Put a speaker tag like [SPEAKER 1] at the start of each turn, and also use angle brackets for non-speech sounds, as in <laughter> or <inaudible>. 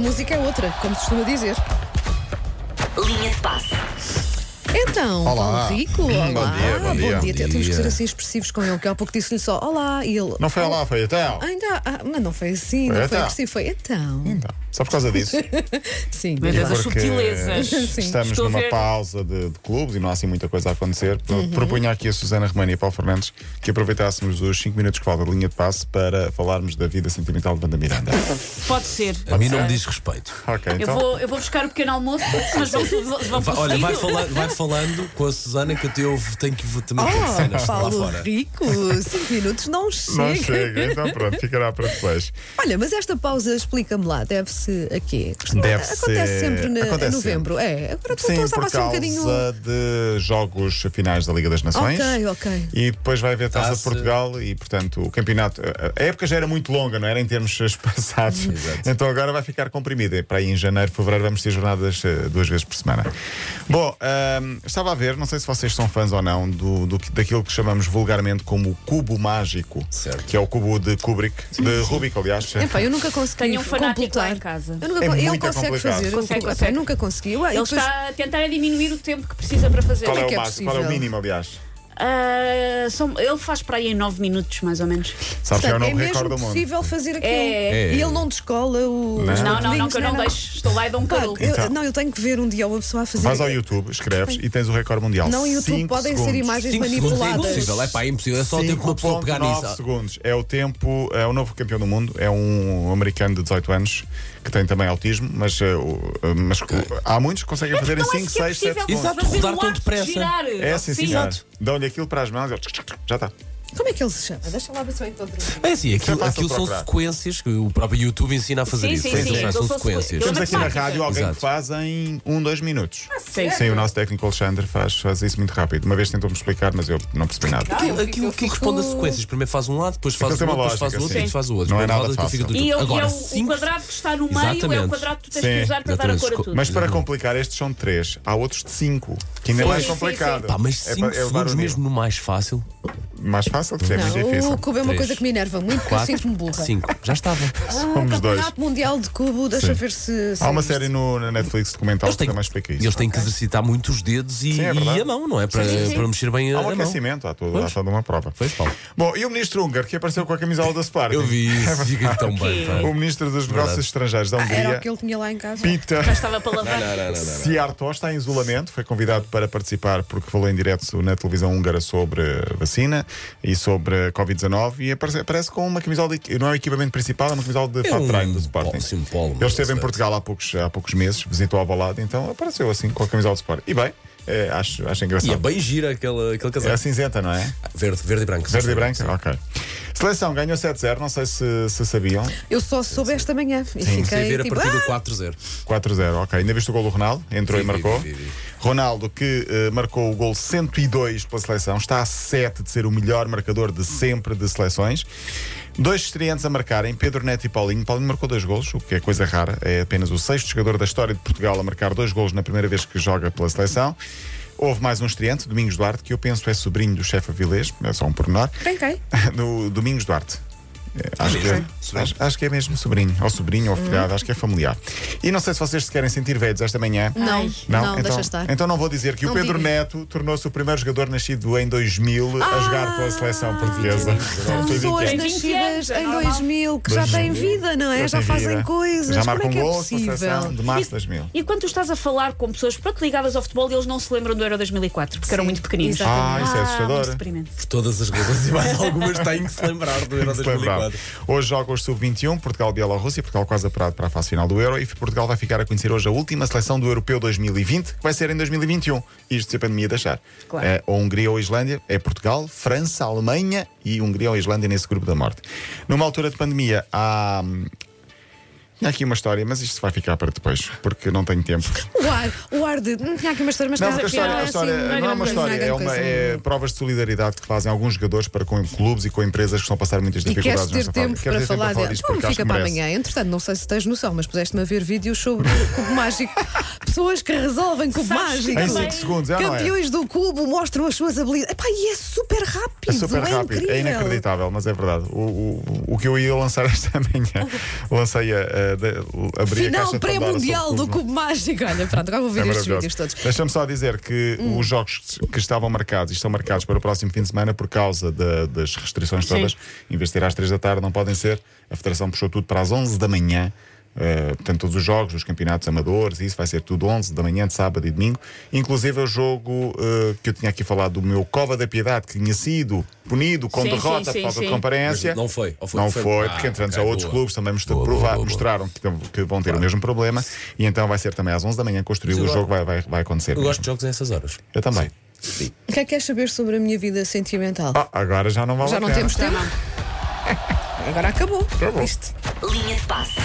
[SPEAKER 1] música é outra, como se costuma dizer.
[SPEAKER 2] Linha de passe.
[SPEAKER 1] Então,
[SPEAKER 3] Olá.
[SPEAKER 1] Paulo Rico, olá.
[SPEAKER 3] Bom dia, bom dia.
[SPEAKER 1] até
[SPEAKER 3] Bom
[SPEAKER 1] temos que
[SPEAKER 3] dia.
[SPEAKER 1] ser assim expressivos com ele, que há pouco disse-lhe só olá e ele.
[SPEAKER 3] Não foi lá, foi até. ao.
[SPEAKER 1] Ainda, ah, mas não foi assim, não
[SPEAKER 3] Foi
[SPEAKER 1] foi
[SPEAKER 3] então.
[SPEAKER 1] agressivo, foi então.
[SPEAKER 3] Não, Só por causa disso.
[SPEAKER 1] Sim,
[SPEAKER 2] Meu Deus, <laughs> as
[SPEAKER 3] Porque
[SPEAKER 2] subtilezas.
[SPEAKER 1] Sim.
[SPEAKER 3] estamos
[SPEAKER 2] Estou a
[SPEAKER 3] numa
[SPEAKER 2] ver. Uhum.
[SPEAKER 3] pausa de, de clubes e não há assim muita coisa a acontecer. Propunha aqui a Susana Romana e a Paulo Fernandes que aproveitássemos os 5 minutos que falta de linha de passe para falarmos da vida sentimental de Banda Miranda.
[SPEAKER 2] <laughs>
[SPEAKER 4] Pode ser. Eh,
[SPEAKER 5] A mim não me diz respeito.
[SPEAKER 3] ok,
[SPEAKER 4] Eu
[SPEAKER 3] então.
[SPEAKER 4] vou, eu vou buscar o pequeno almoço, mas vão, vão
[SPEAKER 5] Va- Olha, vai,
[SPEAKER 4] prosseguindo.
[SPEAKER 5] fala- vai falando com a Susana que eu te ouvo, tenho que vou- também
[SPEAKER 4] Ah,
[SPEAKER 5] ter cenas
[SPEAKER 1] Oh,
[SPEAKER 5] lá
[SPEAKER 1] Paulo
[SPEAKER 5] fora.
[SPEAKER 1] Rico, 5 minutos não
[SPEAKER 3] Não
[SPEAKER 1] chega.
[SPEAKER 3] chega, então pronto, ficará para depois.
[SPEAKER 1] Olha, mas esta pausa, explica-me lá, deve-se a quê? Costuma-
[SPEAKER 3] Deve-se-
[SPEAKER 1] Acontece sempre na- em
[SPEAKER 3] acontece
[SPEAKER 1] novembro. É, agora tu
[SPEAKER 3] Sim,
[SPEAKER 1] pensava
[SPEAKER 3] por
[SPEAKER 1] assim um bocadinho.
[SPEAKER 3] causa de jogos finais da Liga das Nações.
[SPEAKER 1] Ok, ok.
[SPEAKER 3] E depois vai haver a Taça de
[SPEAKER 5] Taça.
[SPEAKER 3] Portugal e, portanto, o campeonato. a- A época já era muito longa, não era? Em termos <laughs> espaçados. Então agora vai ficar comprimida. E Para aí em janeiro, fevereiro, vamos ter jornadas eh, duas vezes por semana. Bom, ahm, estava a ver, não sei se vocês são fãs ou não, do, do que- daquilo que chamamos vulgarmente como o cubo mágico,
[SPEAKER 5] Certo.
[SPEAKER 3] que é o cubo de Kubrick, de Rubik, aliás.
[SPEAKER 1] Epá, eu nunca consegui
[SPEAKER 4] Tenho um fanático
[SPEAKER 1] completar.
[SPEAKER 4] lá em casa.
[SPEAKER 1] Eu nunca,
[SPEAKER 3] É
[SPEAKER 1] ele
[SPEAKER 3] muito
[SPEAKER 1] consegue
[SPEAKER 3] complicado.
[SPEAKER 1] fazer.
[SPEAKER 4] Consegue,
[SPEAKER 1] Epá,
[SPEAKER 4] consegue.
[SPEAKER 1] eu nunca consegui. Ué, e
[SPEAKER 4] Ele
[SPEAKER 1] depois-
[SPEAKER 4] está a tentar diminuir o tempo que precisa para fazer.
[SPEAKER 3] Qual é,
[SPEAKER 1] Então, é
[SPEAKER 3] o
[SPEAKER 1] que é
[SPEAKER 3] máximo? Qual é o
[SPEAKER 1] possível?
[SPEAKER 3] mínimo, aliás?
[SPEAKER 4] Ah, são- ele faz para aí em 9 minutos, mais ou menos.
[SPEAKER 3] Sabes que é
[SPEAKER 1] Portanto,
[SPEAKER 3] o
[SPEAKER 1] é
[SPEAKER 3] novo recorde
[SPEAKER 1] mesmo
[SPEAKER 3] do mundo.
[SPEAKER 1] possível fazer aquilo.
[SPEAKER 4] É.
[SPEAKER 1] E ele não descola o. os
[SPEAKER 4] Não, não, não,
[SPEAKER 1] bolinhos,
[SPEAKER 4] que eu não deixo. Estou lá e dou um
[SPEAKER 1] Pá,
[SPEAKER 4] carol.
[SPEAKER 1] eu-
[SPEAKER 3] Então.
[SPEAKER 1] não, eu tenho que ver um dia uma pessoa a fazer.
[SPEAKER 3] Vais ao YouTube, escreves e tens o recorde mundial.
[SPEAKER 1] Não, YouTube
[SPEAKER 3] Cinco
[SPEAKER 1] podem ser
[SPEAKER 3] segundos.
[SPEAKER 1] imagens
[SPEAKER 5] 5 segundos é
[SPEAKER 1] manipuladas.
[SPEAKER 5] impossível, é pá, é impossível. É só o tempo de uma pessoa pegar
[SPEAKER 3] 5.9
[SPEAKER 5] nisso.
[SPEAKER 3] segundos. É o tempo, é o novo campeão do mundo, é um americano de 18 anos que tem também autismo, mas, eh, o- eh, mas o- há muitos que conseguem fazer em
[SPEAKER 4] Não é
[SPEAKER 3] 5,
[SPEAKER 4] sequer
[SPEAKER 3] 6, 7
[SPEAKER 4] possível
[SPEAKER 3] segundos.
[SPEAKER 5] Exato,
[SPEAKER 4] fazer
[SPEAKER 5] rodar
[SPEAKER 4] o
[SPEAKER 5] tão
[SPEAKER 4] ato de
[SPEAKER 5] depressa.
[SPEAKER 4] girar.
[SPEAKER 3] É assim,
[SPEAKER 4] Sim.
[SPEAKER 3] sim. Dão-lhe aquilo para as mãos e ele já está.
[SPEAKER 1] Como é que ele se chama? Deixa lá ver se eu encontro.
[SPEAKER 5] É assim, aquilo,
[SPEAKER 3] fácil
[SPEAKER 5] aquilo são
[SPEAKER 3] procurar.
[SPEAKER 5] sequências que o próprio YouTube ensina a fazer
[SPEAKER 4] Sim,
[SPEAKER 5] isso.
[SPEAKER 4] sim,
[SPEAKER 5] Sim,
[SPEAKER 4] sim.
[SPEAKER 5] São
[SPEAKER 4] Eu sou-
[SPEAKER 5] sequências.
[SPEAKER 4] eu-
[SPEAKER 3] Temos aqui na
[SPEAKER 4] Matemática.
[SPEAKER 3] rádio alguém
[SPEAKER 5] Exato.
[SPEAKER 3] é que faz em 1, 2 minutos.
[SPEAKER 4] sério?
[SPEAKER 3] Sim, o nosso técnico Alexandre faz, faz isso muito rápido. Uma vez tentou-me explicar, mas eu não percebi
[SPEAKER 4] Ah,
[SPEAKER 3] nada.
[SPEAKER 5] Aquilo, aquilo, aquilo responde a sequências. Primeiro faz um lado, depois faz
[SPEAKER 3] Aquilo tem
[SPEAKER 5] o outro,
[SPEAKER 3] uma
[SPEAKER 5] depois faz o
[SPEAKER 3] lógica,
[SPEAKER 5] outro,
[SPEAKER 3] sim.
[SPEAKER 5] depois faz o outro.
[SPEAKER 3] Não é
[SPEAKER 5] depois
[SPEAKER 3] nada
[SPEAKER 5] roda, depois fica
[SPEAKER 3] fácil.
[SPEAKER 5] do
[SPEAKER 4] E, eu,
[SPEAKER 5] YouTube.
[SPEAKER 4] e é
[SPEAKER 5] Agora,
[SPEAKER 4] o, o
[SPEAKER 5] cinco
[SPEAKER 4] quadrado que está no meio é o
[SPEAKER 5] Exatamente.
[SPEAKER 4] quadrado que tu tens
[SPEAKER 3] Sim,
[SPEAKER 4] que usar para dar a
[SPEAKER 5] exatamente.
[SPEAKER 4] cor a tudo.
[SPEAKER 3] Mas para complicar, estes são 3. Há outros de 5, que ainda é
[SPEAKER 4] Sim,
[SPEAKER 3] mais
[SPEAKER 4] sim, sim,
[SPEAKER 3] complicado.
[SPEAKER 5] Pá, mas
[SPEAKER 3] É
[SPEAKER 5] 5
[SPEAKER 3] para- é levar
[SPEAKER 5] segundos
[SPEAKER 3] o nível.
[SPEAKER 5] mesmo no mais fácil.
[SPEAKER 3] Mais fácil que é mais
[SPEAKER 1] Não,
[SPEAKER 3] difícil.
[SPEAKER 1] o cubo é uma
[SPEAKER 5] Três,
[SPEAKER 1] coisa que me enerva muito, porque eu sinto-me burra. um
[SPEAKER 5] 5. Já estava.
[SPEAKER 3] Somos dois.
[SPEAKER 1] Campeonato Mundial de Cubo, deixa
[SPEAKER 3] Sim.
[SPEAKER 1] ver se. se
[SPEAKER 3] Há uma
[SPEAKER 1] existe.
[SPEAKER 3] série no, na Netflix documental que é também explica isso.
[SPEAKER 5] eles têm que exercitar muito os dedos e,
[SPEAKER 3] Sim, é verdade.
[SPEAKER 5] e a mão, não é? Para, para mexer bem a,
[SPEAKER 3] Há um
[SPEAKER 5] a mão.
[SPEAKER 3] aquecimento, há toda, há
[SPEAKER 5] Pois.
[SPEAKER 3] toda uma prova.
[SPEAKER 5] Pois, Paulo.
[SPEAKER 3] Bom, e o ministro húngaro que apareceu com a camisola da Sparta?
[SPEAKER 5] Eu vi
[SPEAKER 3] É
[SPEAKER 5] isso, diga tão bem. pá.
[SPEAKER 3] O ministro dos Negócios Estrangeiros da
[SPEAKER 1] Era
[SPEAKER 3] Hungria,
[SPEAKER 1] o que ele tinha lá em casa.
[SPEAKER 3] Peter
[SPEAKER 4] Já estava para lavar.
[SPEAKER 3] Siarto, está em isolamento. Foi convidado para participar porque falou em direto na televisão húngara sobre vacina e sobre a Covid-19 e aparece, aparece com uma camisola, de- não é o equipamento principal, é uma camisola de fato de treino do Sporting.
[SPEAKER 5] polo, sim, um polo,
[SPEAKER 3] Ele
[SPEAKER 5] mas
[SPEAKER 3] esteve em
[SPEAKER 5] certo.
[SPEAKER 3] Portugal há poucos, há poucos meses, visitou ao Alvalade, então apareceu assim com a camisola do Sporting. E bem, eh, acho, acho
[SPEAKER 5] E
[SPEAKER 3] engraçado.
[SPEAKER 5] é bem gira aquele, aquele
[SPEAKER 3] É
[SPEAKER 5] casaco.
[SPEAKER 3] a cinzenta, não é?
[SPEAKER 5] Verde, verde e branco.
[SPEAKER 3] Verde e branca? Ok. Seleção ganhou 7-0, não sei se, se sabiam.
[SPEAKER 1] Eu só soube esta manhã. E
[SPEAKER 5] Comecei a
[SPEAKER 1] fiquei
[SPEAKER 5] ver a
[SPEAKER 1] tipo.
[SPEAKER 5] partir do
[SPEAKER 1] "Ah!"
[SPEAKER 5] 4-0.
[SPEAKER 3] 4-0, ok. Ainda viste o gol do Ronaldo? Entrou
[SPEAKER 5] Vi,
[SPEAKER 3] e
[SPEAKER 5] vi,
[SPEAKER 3] marcou.
[SPEAKER 5] vi, vi, vi.
[SPEAKER 3] Ronaldo, que eh, marcou o gol 102 pela seleção, está a 7 de ser o melhor marcador de sempre de seleções. Dois estreantes a marcarem, Pedro Neto e Paulinho. Paulinho marcou dois golos, o que é coisa rara. É apenas o sexto jogador da história de Portugal a marcar dois golos na primeira vez que joga pela seleção. Houve mais um estreante, Domingos Duarte, que eu penso é sobrinho do chefe Avilés, é só um pormenor.
[SPEAKER 1] Tem quem?
[SPEAKER 3] <laughs> do Domingos Duarte. É, Acho que,
[SPEAKER 5] mesmo?
[SPEAKER 3] é, acho, acho que é mesmo sobrinho, ou sobrinho, ou filhado, acho que é familiar. E não sei se vocês se querem sentir velhos esta manhã.
[SPEAKER 1] Não, não,
[SPEAKER 3] então,
[SPEAKER 1] deixa estar.
[SPEAKER 3] Então não vou dizer que
[SPEAKER 1] Não
[SPEAKER 3] o Pedro
[SPEAKER 1] diga. Ah!
[SPEAKER 3] Neto tornou-se o primeiro jogador nascido em 2000 a jogar pela seleção portuguesa. Então, foi
[SPEAKER 1] Pessoas
[SPEAKER 3] weekend.
[SPEAKER 4] anos.
[SPEAKER 1] nascidas
[SPEAKER 4] É
[SPEAKER 1] em
[SPEAKER 4] normal.
[SPEAKER 1] 2000 que já
[SPEAKER 3] 2000,
[SPEAKER 1] têm vida, não é? Já
[SPEAKER 3] tem
[SPEAKER 1] fazem
[SPEAKER 3] vida.
[SPEAKER 1] coisas.
[SPEAKER 3] Já
[SPEAKER 1] Como é
[SPEAKER 3] marcam
[SPEAKER 1] que é
[SPEAKER 3] gols pela seleção
[SPEAKER 1] possível?
[SPEAKER 3] de março de 2000.
[SPEAKER 4] E quando tu estás a falar com pessoas pronto, ligadas ao futebol, eles não se lembram do Euro 2004, porque eram
[SPEAKER 1] Sim,
[SPEAKER 4] muito pequeninos. um
[SPEAKER 3] Ah,
[SPEAKER 1] exatamente.
[SPEAKER 3] isso é
[SPEAKER 4] muito
[SPEAKER 3] assustador.
[SPEAKER 4] deprimente.
[SPEAKER 5] Por todas as razões e mais <laughs> algumas têm que se lembrar do Euro
[SPEAKER 3] Se lembrar.
[SPEAKER 5] 2004.
[SPEAKER 3] Hoje joga os sub-21, Portugal-Bielorrússia, um, Portugal quase apurado para a fase final do Euro e Portugal vai ficar a conhecer hoje a última seleção do Europeu 2020, que vai ser em 2021. Isto se a pandemia deixar.
[SPEAKER 4] Claro.
[SPEAKER 3] É, ou Hungria ou Islândia, é Portugal, França, Alemanha e Hungria ou Islândia nesse grupo da morte. Numa altura de pandemia, há. hum, Há aqui uma história, mas isto vai ficar para depois, porque não tenho tempo.
[SPEAKER 1] O ar, o ar de. Hum, tinha aqui uma história, mas
[SPEAKER 3] Não,
[SPEAKER 1] não,
[SPEAKER 3] porque a
[SPEAKER 1] afinal
[SPEAKER 3] história, a história-
[SPEAKER 1] assim,
[SPEAKER 3] não é uma
[SPEAKER 1] grande coisa,
[SPEAKER 3] história, é,
[SPEAKER 1] não grande
[SPEAKER 3] uma-
[SPEAKER 1] coisa.
[SPEAKER 3] é provas de solidariedade que fazem alguns jogadores para com clubes e com empresas que estão a passar muitas
[SPEAKER 1] E
[SPEAKER 3] dificuldades.
[SPEAKER 1] queres ter
[SPEAKER 3] nesta fase.
[SPEAKER 1] tempo
[SPEAKER 3] Quero
[SPEAKER 1] para
[SPEAKER 3] ter tempo
[SPEAKER 1] falar dela?
[SPEAKER 3] disto,
[SPEAKER 1] Então
[SPEAKER 3] porque acho
[SPEAKER 1] fica
[SPEAKER 3] que
[SPEAKER 1] para
[SPEAKER 3] merece. <laughs>
[SPEAKER 1] amanhã. Entretanto, não sei se tens noção, mas puseste-me a ver vídeos sobre o cubo mágico. pessoas que resolvem com
[SPEAKER 4] Sabes
[SPEAKER 1] mágica.
[SPEAKER 3] Em
[SPEAKER 4] também.
[SPEAKER 3] 5 segundos, é ou não é?
[SPEAKER 1] Campeões do cubo mostram as suas habilidades. Epá, e é super rápido.
[SPEAKER 3] É super rápido,
[SPEAKER 1] incrível.
[SPEAKER 3] é inacreditável, mas é verdade. O, o, o que eu ia lançar <laughs> esta manhã, lancei a, a, de- abri a
[SPEAKER 1] Final
[SPEAKER 3] caixa de Pandora
[SPEAKER 1] pré-mundial
[SPEAKER 3] sobre
[SPEAKER 1] do
[SPEAKER 3] Cuba.
[SPEAKER 1] Cubo Mágico. Olha, pronto, agora vou ver
[SPEAKER 3] É
[SPEAKER 1] estes
[SPEAKER 3] maravilhoso.
[SPEAKER 1] vídeos todos.
[SPEAKER 3] Deixa-me só dizer que
[SPEAKER 4] Hum.
[SPEAKER 3] os jogos que estavam marcados e estão marcados para o próximo fim de semana por causa da- das restrições todas, em vez de ter às 3 da tarde, não podem ser. A Federação puxou tudo para as 11 da manhã. eh, portanto, todos os jogos, os campeonatos amadores, isso vai ser tudo 11 da manhã, de sábado e domingo. Inclusive o jogo eh, que eu tinha aqui falado do meu Cova da Piedade, que tinha sido punido com
[SPEAKER 4] Sim,
[SPEAKER 3] derrota,
[SPEAKER 4] sim, sim,
[SPEAKER 3] falta de
[SPEAKER 4] sim.
[SPEAKER 3] comparência.
[SPEAKER 5] Mas não foi, ou foi?
[SPEAKER 3] não
[SPEAKER 5] Foi.
[SPEAKER 3] foi, porque
[SPEAKER 5] Ah,
[SPEAKER 3] entretanto
[SPEAKER 5] ok,
[SPEAKER 3] já outros
[SPEAKER 5] boa.
[SPEAKER 3] clubes também mostraram,
[SPEAKER 5] Boa, boa,
[SPEAKER 3] provar-
[SPEAKER 5] boa, boa.
[SPEAKER 3] mostraram que, tam- que vão ter o mesmo problema. E então vai ser também às 11 da manhã construído o
[SPEAKER 5] Mas eu
[SPEAKER 3] jogo, vai, vai, vai acontecer.
[SPEAKER 5] Eu gosto de jogos a essas horas.
[SPEAKER 3] Eu também.
[SPEAKER 1] O que é que queres saber sobre a minha vida sentimental? Tá
[SPEAKER 3] Ah, agora já não vale
[SPEAKER 1] Já
[SPEAKER 3] a
[SPEAKER 1] não
[SPEAKER 3] pena.
[SPEAKER 1] temos tempo. Agora acabou.
[SPEAKER 3] Acabou.
[SPEAKER 1] Isto.
[SPEAKER 2] Linha de passe.